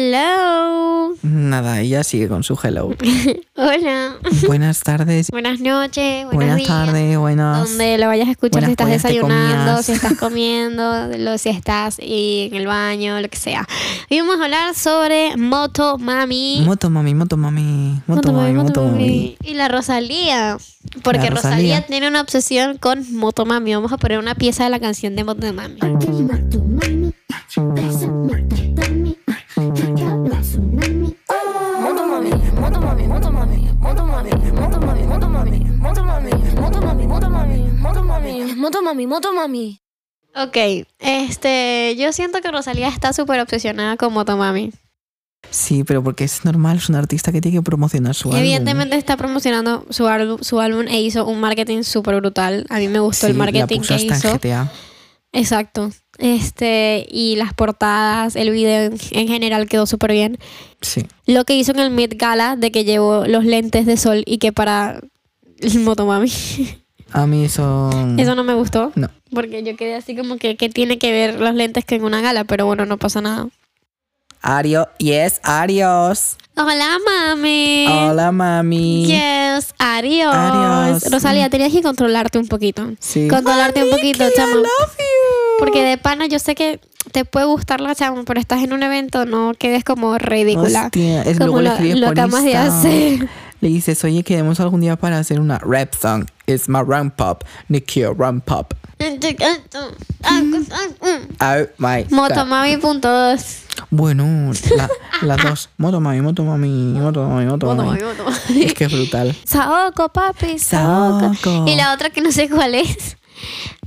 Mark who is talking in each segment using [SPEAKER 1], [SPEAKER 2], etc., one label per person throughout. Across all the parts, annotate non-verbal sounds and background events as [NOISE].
[SPEAKER 1] Hello.
[SPEAKER 2] Nada, ella sigue con su
[SPEAKER 1] [LAUGHS]
[SPEAKER 2] hello.
[SPEAKER 1] Hola.
[SPEAKER 2] Buenas tardes,
[SPEAKER 1] Buenas noches. Buenos
[SPEAKER 2] buenas
[SPEAKER 1] días.
[SPEAKER 2] tardes, buenas.
[SPEAKER 1] Donde lo vayas a escuchar
[SPEAKER 2] Buenas
[SPEAKER 1] si estás
[SPEAKER 2] pollas te
[SPEAKER 1] desayunando,
[SPEAKER 2] comías.
[SPEAKER 1] si
[SPEAKER 2] [LAUGHS]
[SPEAKER 1] estás comiendo, lo, si estás y en el baño, lo que sea. Hoy vamos a hablar sobre Moto Mami.
[SPEAKER 2] Moto mami, moto mami, moto mami, moto mami.
[SPEAKER 1] Y la Rosalía. Porque
[SPEAKER 2] La
[SPEAKER 1] Rosalía.
[SPEAKER 2] Rosalía.
[SPEAKER 1] tiene una obsesión con Moto Mami. Vamos a poner una pieza de la canción de Moto Mami. Ok, este, yo siento que Rosalía está súper obsesionada con Moto Mami.
[SPEAKER 2] Sí, pero porque es normal, es un artista que tiene que promocionar su álbum.
[SPEAKER 1] Evidentemente está promocionando su álbum, su álbum e hizo un marketing súper brutal. A mí me gustó
[SPEAKER 2] Sí,
[SPEAKER 1] el marketing
[SPEAKER 2] la puso
[SPEAKER 1] que
[SPEAKER 2] hasta en
[SPEAKER 1] hizo.
[SPEAKER 2] GTA.
[SPEAKER 1] Exacto. Este, y las portadas, el video en, en general quedó súper bien.
[SPEAKER 2] Sí.
[SPEAKER 1] Lo que hizo en el Met Gala de que llevó los lentes de sol y que para el motomami.
[SPEAKER 2] A mí eso.
[SPEAKER 1] Eso no me gustó.
[SPEAKER 2] No.
[SPEAKER 1] Porque yo quedé así como que, ¿qué tiene que ver los lentes que en una gala? Pero bueno, no pasa nada.
[SPEAKER 2] Ario, yes, Arios.
[SPEAKER 1] Hola, mami.
[SPEAKER 2] Hola mami.
[SPEAKER 1] Yes, adiós.
[SPEAKER 2] Adiós.
[SPEAKER 1] Rosalía, tenías que controlarte un poquito.
[SPEAKER 2] Sí.
[SPEAKER 1] Controlarte un poquito,
[SPEAKER 2] Mickey, I
[SPEAKER 1] chamo.
[SPEAKER 2] love you.
[SPEAKER 1] Porque de pana yo sé que te puede gustar la chamo, pero estás en un evento, no quedes como ridícula.
[SPEAKER 2] Hostia, es
[SPEAKER 1] como
[SPEAKER 2] luego le
[SPEAKER 1] lo,
[SPEAKER 2] escribes
[SPEAKER 1] lo
[SPEAKER 2] por
[SPEAKER 1] acabas de
[SPEAKER 2] Insta. [LAUGHS]
[SPEAKER 1] hacer.
[SPEAKER 2] Le dices, oye, quedemos algún día para hacer una rap song. It's my rap pop. Nikio rap pop. Oh my God.
[SPEAKER 1] Motomami.2.
[SPEAKER 2] Bueno, la- las
[SPEAKER 1] [LAUGHS]
[SPEAKER 2] dos. Moto mami, moto mami, moto mami, moto mami. Es que es brutal.
[SPEAKER 1] Saoco, papi, saoco.
[SPEAKER 2] Saoko.
[SPEAKER 1] Y la otra que no sé cuál es.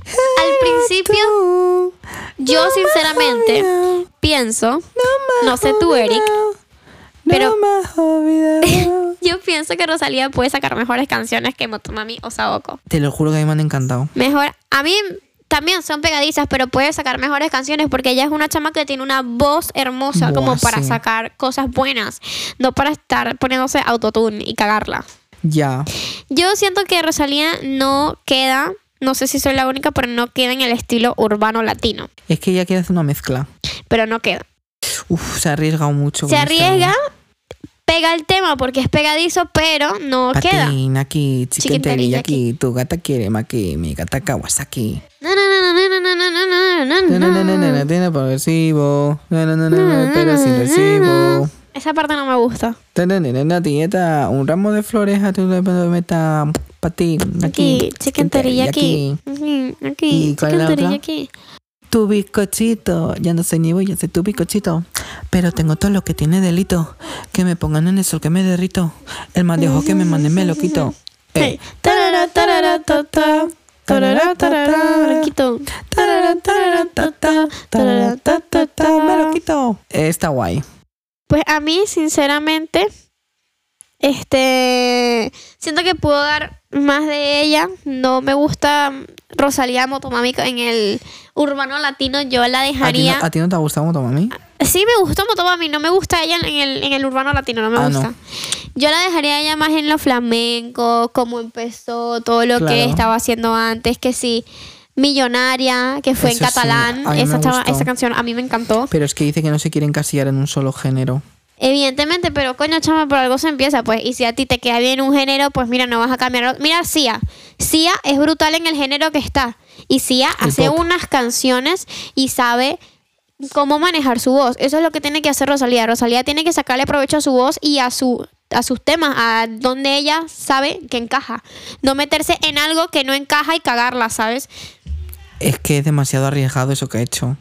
[SPEAKER 1] Al [LAUGHS]
[SPEAKER 2] [LAUGHS]
[SPEAKER 1] principio, yo sinceramente pienso, no sé tú, Eric, pero- [LAUGHS] yo pienso que Rosalía puede sacar mejores canciones que Motomami o Saoko.
[SPEAKER 2] Te lo juro que a mí me han encantado.
[SPEAKER 1] Mejor, a mí también son pegadizas, pero puede sacar mejores canciones porque ella es una chama que tiene una voz hermosa
[SPEAKER 2] Buah,
[SPEAKER 1] como para
[SPEAKER 2] sí.
[SPEAKER 1] sacar cosas buenas, no para estar poniéndose autotune y cagarla.
[SPEAKER 2] Ya.
[SPEAKER 1] Yo siento que Rosalía no queda, no sé si soy la única, pero no queda en el estilo urbano latino,
[SPEAKER 2] Es que ella quiere hacer una mezcla.
[SPEAKER 1] pero no queda.
[SPEAKER 2] Uf, se ha arriesgado mucho.
[SPEAKER 1] Se
[SPEAKER 2] con este
[SPEAKER 1] arriesga,
[SPEAKER 2] álbum.
[SPEAKER 1] pega el tema porque es pegadizo, pero no queda.
[SPEAKER 2] Patín aquí, chicken
[SPEAKER 1] Chicken teriyaki.
[SPEAKER 2] aquí, tu gata quiere maki, mi gata kawasaki.
[SPEAKER 1] Na, na, na, na, na, na, na, na, na, na,
[SPEAKER 2] Na,
[SPEAKER 1] na.
[SPEAKER 2] na, na, na, na, tiene progresivo. Na, na, na, na, na, pero sin recibo.
[SPEAKER 1] Esa parte no me gusta.
[SPEAKER 2] Ta, na, na, na, na, tieta, un ramo de flores a tu le me- meta pa' ti.
[SPEAKER 1] Aquí, chicken teriyaki. Ujú, Aquí,
[SPEAKER 2] ¿Y cuál es
[SPEAKER 1] chicken
[SPEAKER 2] la otra?
[SPEAKER 1] teriyaki.
[SPEAKER 2] Tu bizcochito, ya no soy ni voy, ya soy tu bizcochito. Pero tengo todo lo que tiene delito. Que me pongan en el sol, que me derrito. El mal de ojo que me manden me lo quito. Eh.
[SPEAKER 1] Tarara, tarara, ta, ta. Tarara, tarara, me lo quito.
[SPEAKER 2] Tarara, tarara, ta, ta, tarara, ta, ta, ta, me lo quito. Está guay.
[SPEAKER 1] Pues a mí, sinceramente, este. Siento que puedo dar más de ella. No me gusta Rosalía Motomami en el urbano latino. Yo la
[SPEAKER 2] ¿A ti, no,
[SPEAKER 1] dejaría.
[SPEAKER 2] a ti no te ha gustado Motomami?
[SPEAKER 1] Sí, me gustó Motomami. No me gusta ella en el, en el urbano latino. No me
[SPEAKER 2] Ah, no.
[SPEAKER 1] gusta. Yo la dejaría a ella más en lo flamenco, como empezó, todo lo que
[SPEAKER 2] Claro.
[SPEAKER 1] estaba haciendo antes. Que sí, Millonaria, que fue
[SPEAKER 2] Eso
[SPEAKER 1] en
[SPEAKER 2] sí,
[SPEAKER 1] catalán.
[SPEAKER 2] a mí me
[SPEAKER 1] esa, chama-
[SPEAKER 2] gustó.
[SPEAKER 1] esa canción a mí me encantó.
[SPEAKER 2] Pero es que dice que no se quiere encasillar en un solo género.
[SPEAKER 1] Evidentemente, pero coño, chama, por algo se empieza, pues. Y si a ti te queda bien un género, pues mira, no vas a cambiarlo. Mira, Sia. Sia es brutal en el género que está. Y Sia
[SPEAKER 2] El
[SPEAKER 1] hace
[SPEAKER 2] pop.
[SPEAKER 1] unas canciones y sabe cómo manejar su voz. Eso es lo que tiene que hacer Rosalía. Rosalía tiene que sacarle provecho a su voz y a su a sus temas, a donde ella sabe que encaja. No meterse en algo que no encaja y cagarla, ¿sabes?
[SPEAKER 2] Es que es demasiado arriesgado eso que ha hecho.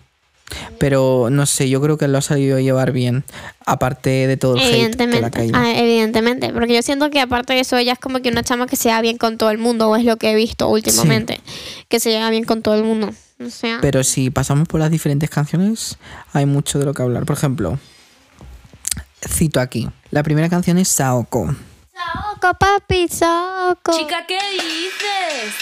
[SPEAKER 2] Pero no sé, yo creo que lo ha sabido llevar bien. Aparte de todo el hate que le ha
[SPEAKER 1] Evidentemente,
[SPEAKER 2] caído.
[SPEAKER 1] Ah, evidentemente, porque yo siento que aparte de eso ella es como que una chama que se lleva bien con todo el mundo, o es lo que he visto últimamente, que se lleva bien con todo el mundo. O sea,
[SPEAKER 2] Pero si pasamos por las diferentes canciones, hay mucho de lo que hablar. Por ejemplo, cito aquí. La primera canción es Saoko.
[SPEAKER 1] Saoko, papi, Saoko.
[SPEAKER 3] Chica, ¿qué dices?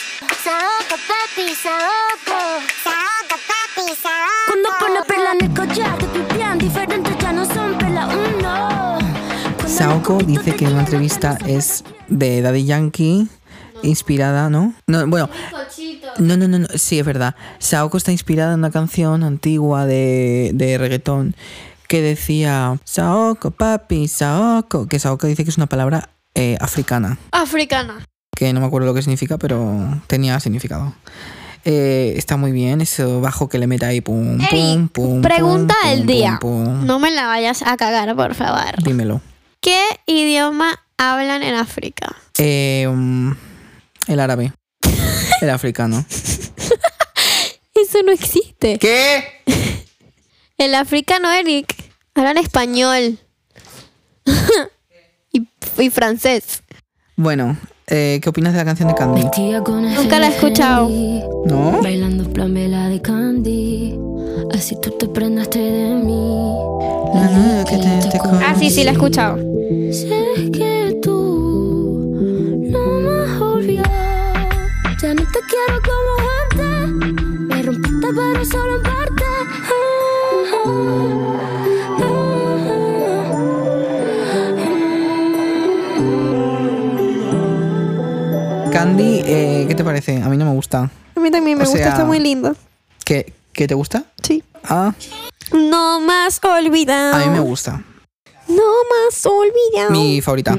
[SPEAKER 4] Saoko, papi, saoko. Saoko, papi, saoko.
[SPEAKER 3] Cuando pone perla en el collar, te pipián diferente, ya no son perla uno.
[SPEAKER 2] Saoko dice que en una entrevista es de Daddy Yankee, inspirada, ¿no? No, bueno. No, no, no, no, sí, es verdad. Saoko está inspirada en una canción antigua de, de reggaetón que decía Saoko, papi, Saoko, que Saoko dice que es una palabra eh, africana,
[SPEAKER 1] Africana.
[SPEAKER 2] que no me acuerdo lo que significa, pero tenía significado. Eh, está muy bien eso bajo que le meta ahí, pum,
[SPEAKER 1] Ey,
[SPEAKER 2] pum, pum.
[SPEAKER 1] pregunta
[SPEAKER 2] pum,
[SPEAKER 1] del
[SPEAKER 2] pum,
[SPEAKER 1] día.
[SPEAKER 2] pum, pum.
[SPEAKER 1] No me la vayas a cagar, por favor.
[SPEAKER 2] Dímelo.
[SPEAKER 1] ¿Qué idioma hablan en África?
[SPEAKER 2] Eh, mm, el árabe. El africano.
[SPEAKER 1] Eso no existe.
[SPEAKER 2] ¿Qué?
[SPEAKER 1] El africano, Eric, hablan español. [LAUGHS] y, y francés.
[SPEAKER 2] Bueno, eh, ¿qué opinas de la canción de Candy?
[SPEAKER 5] Vestida con
[SPEAKER 1] Nunca la he escuchado.
[SPEAKER 5] Fendi,
[SPEAKER 2] ¿No?
[SPEAKER 5] Bailando plan vela de Candy. Así tú te prendaste de mí.
[SPEAKER 2] La nueva que te- te
[SPEAKER 1] Ah, sí, sí, la he escuchado.
[SPEAKER 5] Sé que tú no me has olvidado. Ya no te quiero como antes. Me rompiste, pero solo en parte. Ah, ah,
[SPEAKER 2] Candy, eh, ¿qué te parece? A mí no me gusta.
[SPEAKER 1] A mí también me
[SPEAKER 2] O
[SPEAKER 1] gusta,
[SPEAKER 2] sea-
[SPEAKER 1] está muy lindo.
[SPEAKER 2] ¿Qué, qué te gusta?
[SPEAKER 1] Sí.
[SPEAKER 2] Ah,
[SPEAKER 1] No más olvidado.
[SPEAKER 2] a mí me gusta.
[SPEAKER 1] No más olvidado.
[SPEAKER 2] Mi favorita.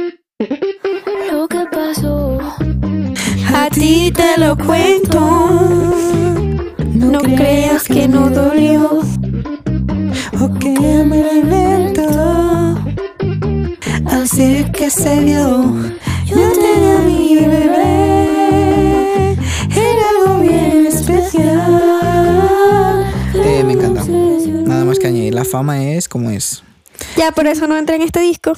[SPEAKER 5] ah. Lo que pasó.
[SPEAKER 1] A ti te lo cuento. No creas que no dolió.
[SPEAKER 2] Ok, me lo invento. Así es que se dio. Yo tenía mi bebé. Era algo bien especial. Eh, me encanta. Nada más que añadir. La fama es como es.
[SPEAKER 1] Ya por eso no entra en este disco.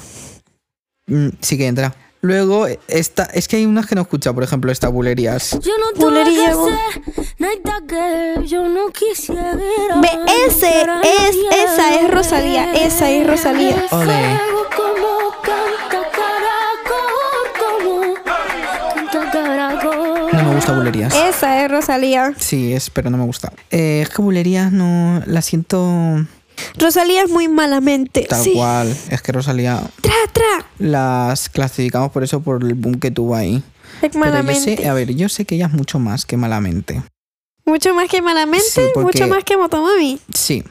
[SPEAKER 2] Mm, sí que entra. Luego, esta, es que hay unas que no escucha, por ejemplo, esta bulerías.
[SPEAKER 5] Yo no tuve que
[SPEAKER 1] Bulería, bu-
[SPEAKER 5] hacer nada que yo no quisiera.
[SPEAKER 1] Ve, ese
[SPEAKER 5] Pero no
[SPEAKER 1] es,
[SPEAKER 5] quiero.
[SPEAKER 1] esa es Rosalía, esa es Rosalía.
[SPEAKER 2] Ole.
[SPEAKER 5] Fuego como canta caracol, como canta caracol.
[SPEAKER 2] No me gusta bulerías.
[SPEAKER 1] Esa es Rosalía.
[SPEAKER 2] Sí, es, pero no me gusta. Eh, es que bulerías no. La siento
[SPEAKER 1] Rosalía es muy malamente.
[SPEAKER 2] tal
[SPEAKER 1] sí.
[SPEAKER 2] cual. Es que Rosalía
[SPEAKER 1] Tra, tra.
[SPEAKER 2] las clasificamos por eso, por el boom que tuvo ahí.
[SPEAKER 1] Es
[SPEAKER 2] Pero yo
[SPEAKER 1] malamente.
[SPEAKER 2] sé, a ver, yo sé que ella es mucho más que malamente.
[SPEAKER 1] Mucho más que malamente,
[SPEAKER 2] Sí, porque-
[SPEAKER 1] mucho más que Motomami.
[SPEAKER 2] Sí,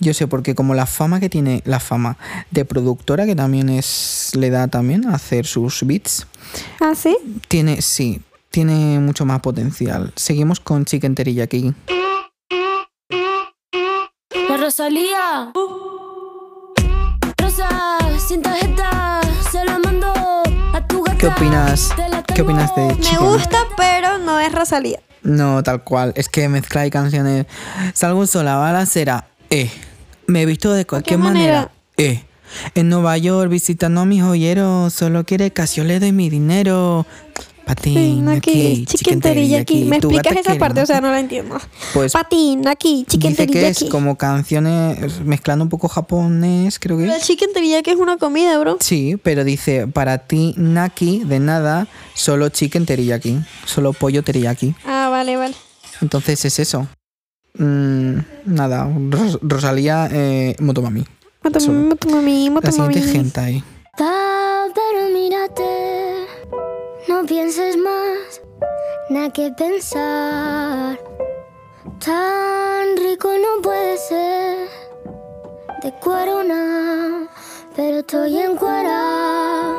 [SPEAKER 2] yo sé, porque como la fama que tiene, la fama de productora, que también es, le da también a hacer sus beats,
[SPEAKER 1] ¿Ah, sí?
[SPEAKER 2] tiene, sí, tiene mucho más potencial. Seguimos con Chicken Teriyaki.
[SPEAKER 5] La Rosalía. Rosa, sin tarjeta, se la mando a tu gata.
[SPEAKER 2] ¿Qué opinas?
[SPEAKER 5] Te la
[SPEAKER 2] ¿Qué opinas de
[SPEAKER 5] tengo.
[SPEAKER 1] Me
[SPEAKER 2] Chicken?
[SPEAKER 1] gusta, pero no es Rosalía.
[SPEAKER 2] No, tal cual. Es que mezcla de canciones. Salgo sola, va a la acera. Eh. Me he visto de cualquier manera?
[SPEAKER 1] manera?
[SPEAKER 2] Eh. En Nueva York visitando a mis joyeros. Solo quiere que yo le doy mi dinero. Patín
[SPEAKER 1] Patina
[SPEAKER 2] aquí,
[SPEAKER 1] aquí, chicken teriyaki. ¿Me explicas esa parte? O sea, no la entiendo.
[SPEAKER 2] [LAUGHS] Pues
[SPEAKER 1] Patina aquí, chicken
[SPEAKER 2] dice que es
[SPEAKER 1] teriyaki.
[SPEAKER 2] como canciones mezclando un poco japonés, creo que
[SPEAKER 1] Pero el
[SPEAKER 2] es.
[SPEAKER 1] chicken teriyaki es una comida, bro.
[SPEAKER 2] Sí, pero dice, para ti, Naki, de nada, solo chicken teriyaki, solo pollo teriyaki.
[SPEAKER 1] Ah, vale, vale.
[SPEAKER 2] Entonces es eso. Mm, nada, Ros- Rosalía eh, Motomami.
[SPEAKER 1] Motomami,
[SPEAKER 2] Solo.
[SPEAKER 1] motomami,
[SPEAKER 2] La siguiente
[SPEAKER 1] motomami.
[SPEAKER 2] gente ahí.
[SPEAKER 3] Pa, pero mírate, no pienses más, nada que pensar. Tan rico no puede ser, de cuarona, pero estoy en cuara.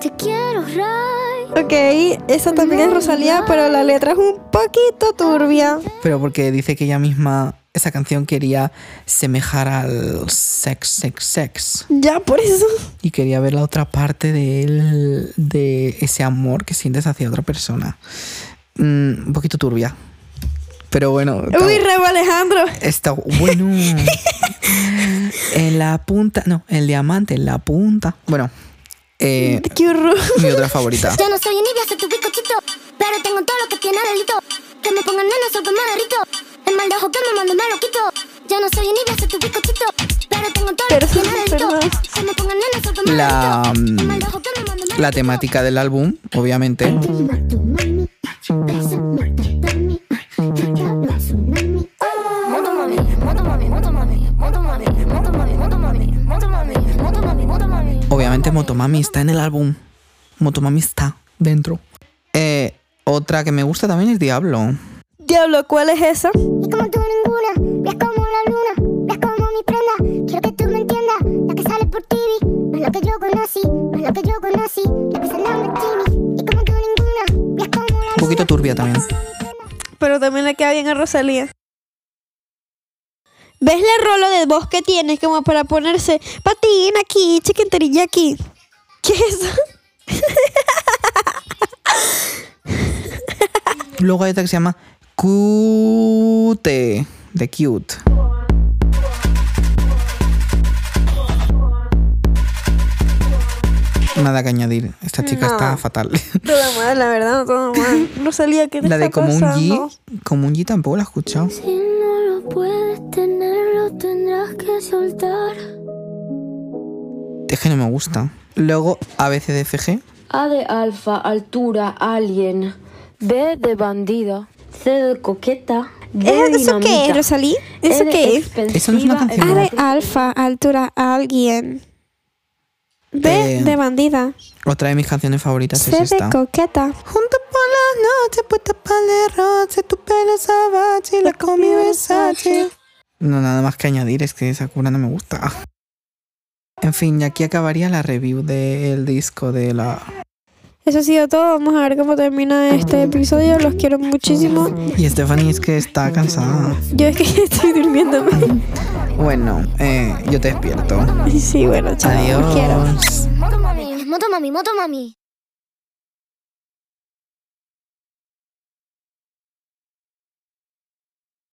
[SPEAKER 3] Te quiero, right.
[SPEAKER 1] Ok, esa también es Rosalía, pero la letra es un poquito turbia.
[SPEAKER 2] Pero porque dice que ella misma, esa canción quería semejar al sex, sex, sex.
[SPEAKER 1] Ya, por eso.
[SPEAKER 2] Y quería ver la otra parte de, él, de ese amor que sientes hacia otra persona. Mm, un poquito turbia. Pero bueno.
[SPEAKER 1] Uy,
[SPEAKER 2] tal-
[SPEAKER 1] Rebo Alejandro. [LAUGHS]
[SPEAKER 2] Está bueno. en la punta. No, el diamante en la punta. Bueno, eh,
[SPEAKER 1] Qué horror.
[SPEAKER 2] mi otra favorita.
[SPEAKER 4] Yo no soy envidia, soy tu picochito. Pero tengo todo lo que tiene delito. Que me pongan nena, soy que me derrito. El mal de ojo que me mando me lo quito. Yo no soy envidia, soy tu picochito. Pero tengo todo
[SPEAKER 1] Pero
[SPEAKER 4] lo que tiene
[SPEAKER 1] sí,
[SPEAKER 4] delito.
[SPEAKER 1] perdón.
[SPEAKER 4] Que me pongan nena, soy que me
[SPEAKER 2] La,
[SPEAKER 4] derrito. El
[SPEAKER 2] mm,
[SPEAKER 4] mal de ojo que me mando me lo
[SPEAKER 2] La
[SPEAKER 4] quito.
[SPEAKER 2] temática del álbum, obviamente. Obviamente Motomami está en el álbum. Motomami está dentro. Eh, otra que me gusta también es Diablo.
[SPEAKER 1] Diablo, ¿cuál es esa?
[SPEAKER 4] Y como tú ninguna, veas como la luna, veas como mi prenda. Quiero que tú me entiendas, la que sale por TV. No es la que yo conocí, no es la que yo conocí, la que salió en Jimmy. Y como tú ninguna, veas como la
[SPEAKER 2] Un poquito turbia también.
[SPEAKER 1] Pero también le queda bien a Rosalía. ¿Ves la rola de voz que tienes como para ponerse patín aquí, chiquenterilla aquí? ¿Qué es eso?
[SPEAKER 2] Luego hay otra que se llama Cute, de Cute. Nada que añadir, esta chica está fatal.
[SPEAKER 1] Todo mal, la verdad, todo [LAUGHS] mal. Rosalía, ¿qué te
[SPEAKER 2] [LAUGHS] La de
[SPEAKER 1] está
[SPEAKER 2] como un
[SPEAKER 1] pasando?
[SPEAKER 2] G, como un G tampoco la he escuchado.
[SPEAKER 6] Si no lo puedes tener, lo tendrás que soltar.
[SPEAKER 2] Es que no me gusta. Luego ABCDFG,
[SPEAKER 5] A de alfa, altura, alien. B de bandida. C de coqueta. D de
[SPEAKER 1] ¿Eso qué
[SPEAKER 5] dinamita.
[SPEAKER 1] es, Rosalía?
[SPEAKER 5] E
[SPEAKER 1] ¿Eso
[SPEAKER 5] de
[SPEAKER 1] qué es?
[SPEAKER 5] expensiva,
[SPEAKER 2] Eso no es una
[SPEAKER 5] F
[SPEAKER 2] canción.
[SPEAKER 1] A
[SPEAKER 5] de
[SPEAKER 1] de alfa, altura, alguien. B
[SPEAKER 2] Eh.
[SPEAKER 1] de bandida.
[SPEAKER 2] otra de mis canciones favoritas
[SPEAKER 1] C
[SPEAKER 2] es
[SPEAKER 1] de
[SPEAKER 2] esta.
[SPEAKER 1] coqueta.
[SPEAKER 2] Junto por la noche, puesta pa'l de roce, tu pelo sabache, la comí Versace. No, nada más que añadir, es que esa cura no me gusta. En fin, y aquí acabaría la review del disco de la...
[SPEAKER 1] Eso ha sido todo. Vamos a ver cómo termina este episodio. Los quiero muchísimo.
[SPEAKER 2] Y Stephanie es que está cansada.
[SPEAKER 1] Yo es que [LAUGHS] estoy durmiéndome. [LAUGHS]
[SPEAKER 2] Bueno, eh, yo te despierto.
[SPEAKER 1] Sí, bueno, chao. Los quiero.
[SPEAKER 2] Adiós.
[SPEAKER 4] Moto mami, moto mami, moto mami.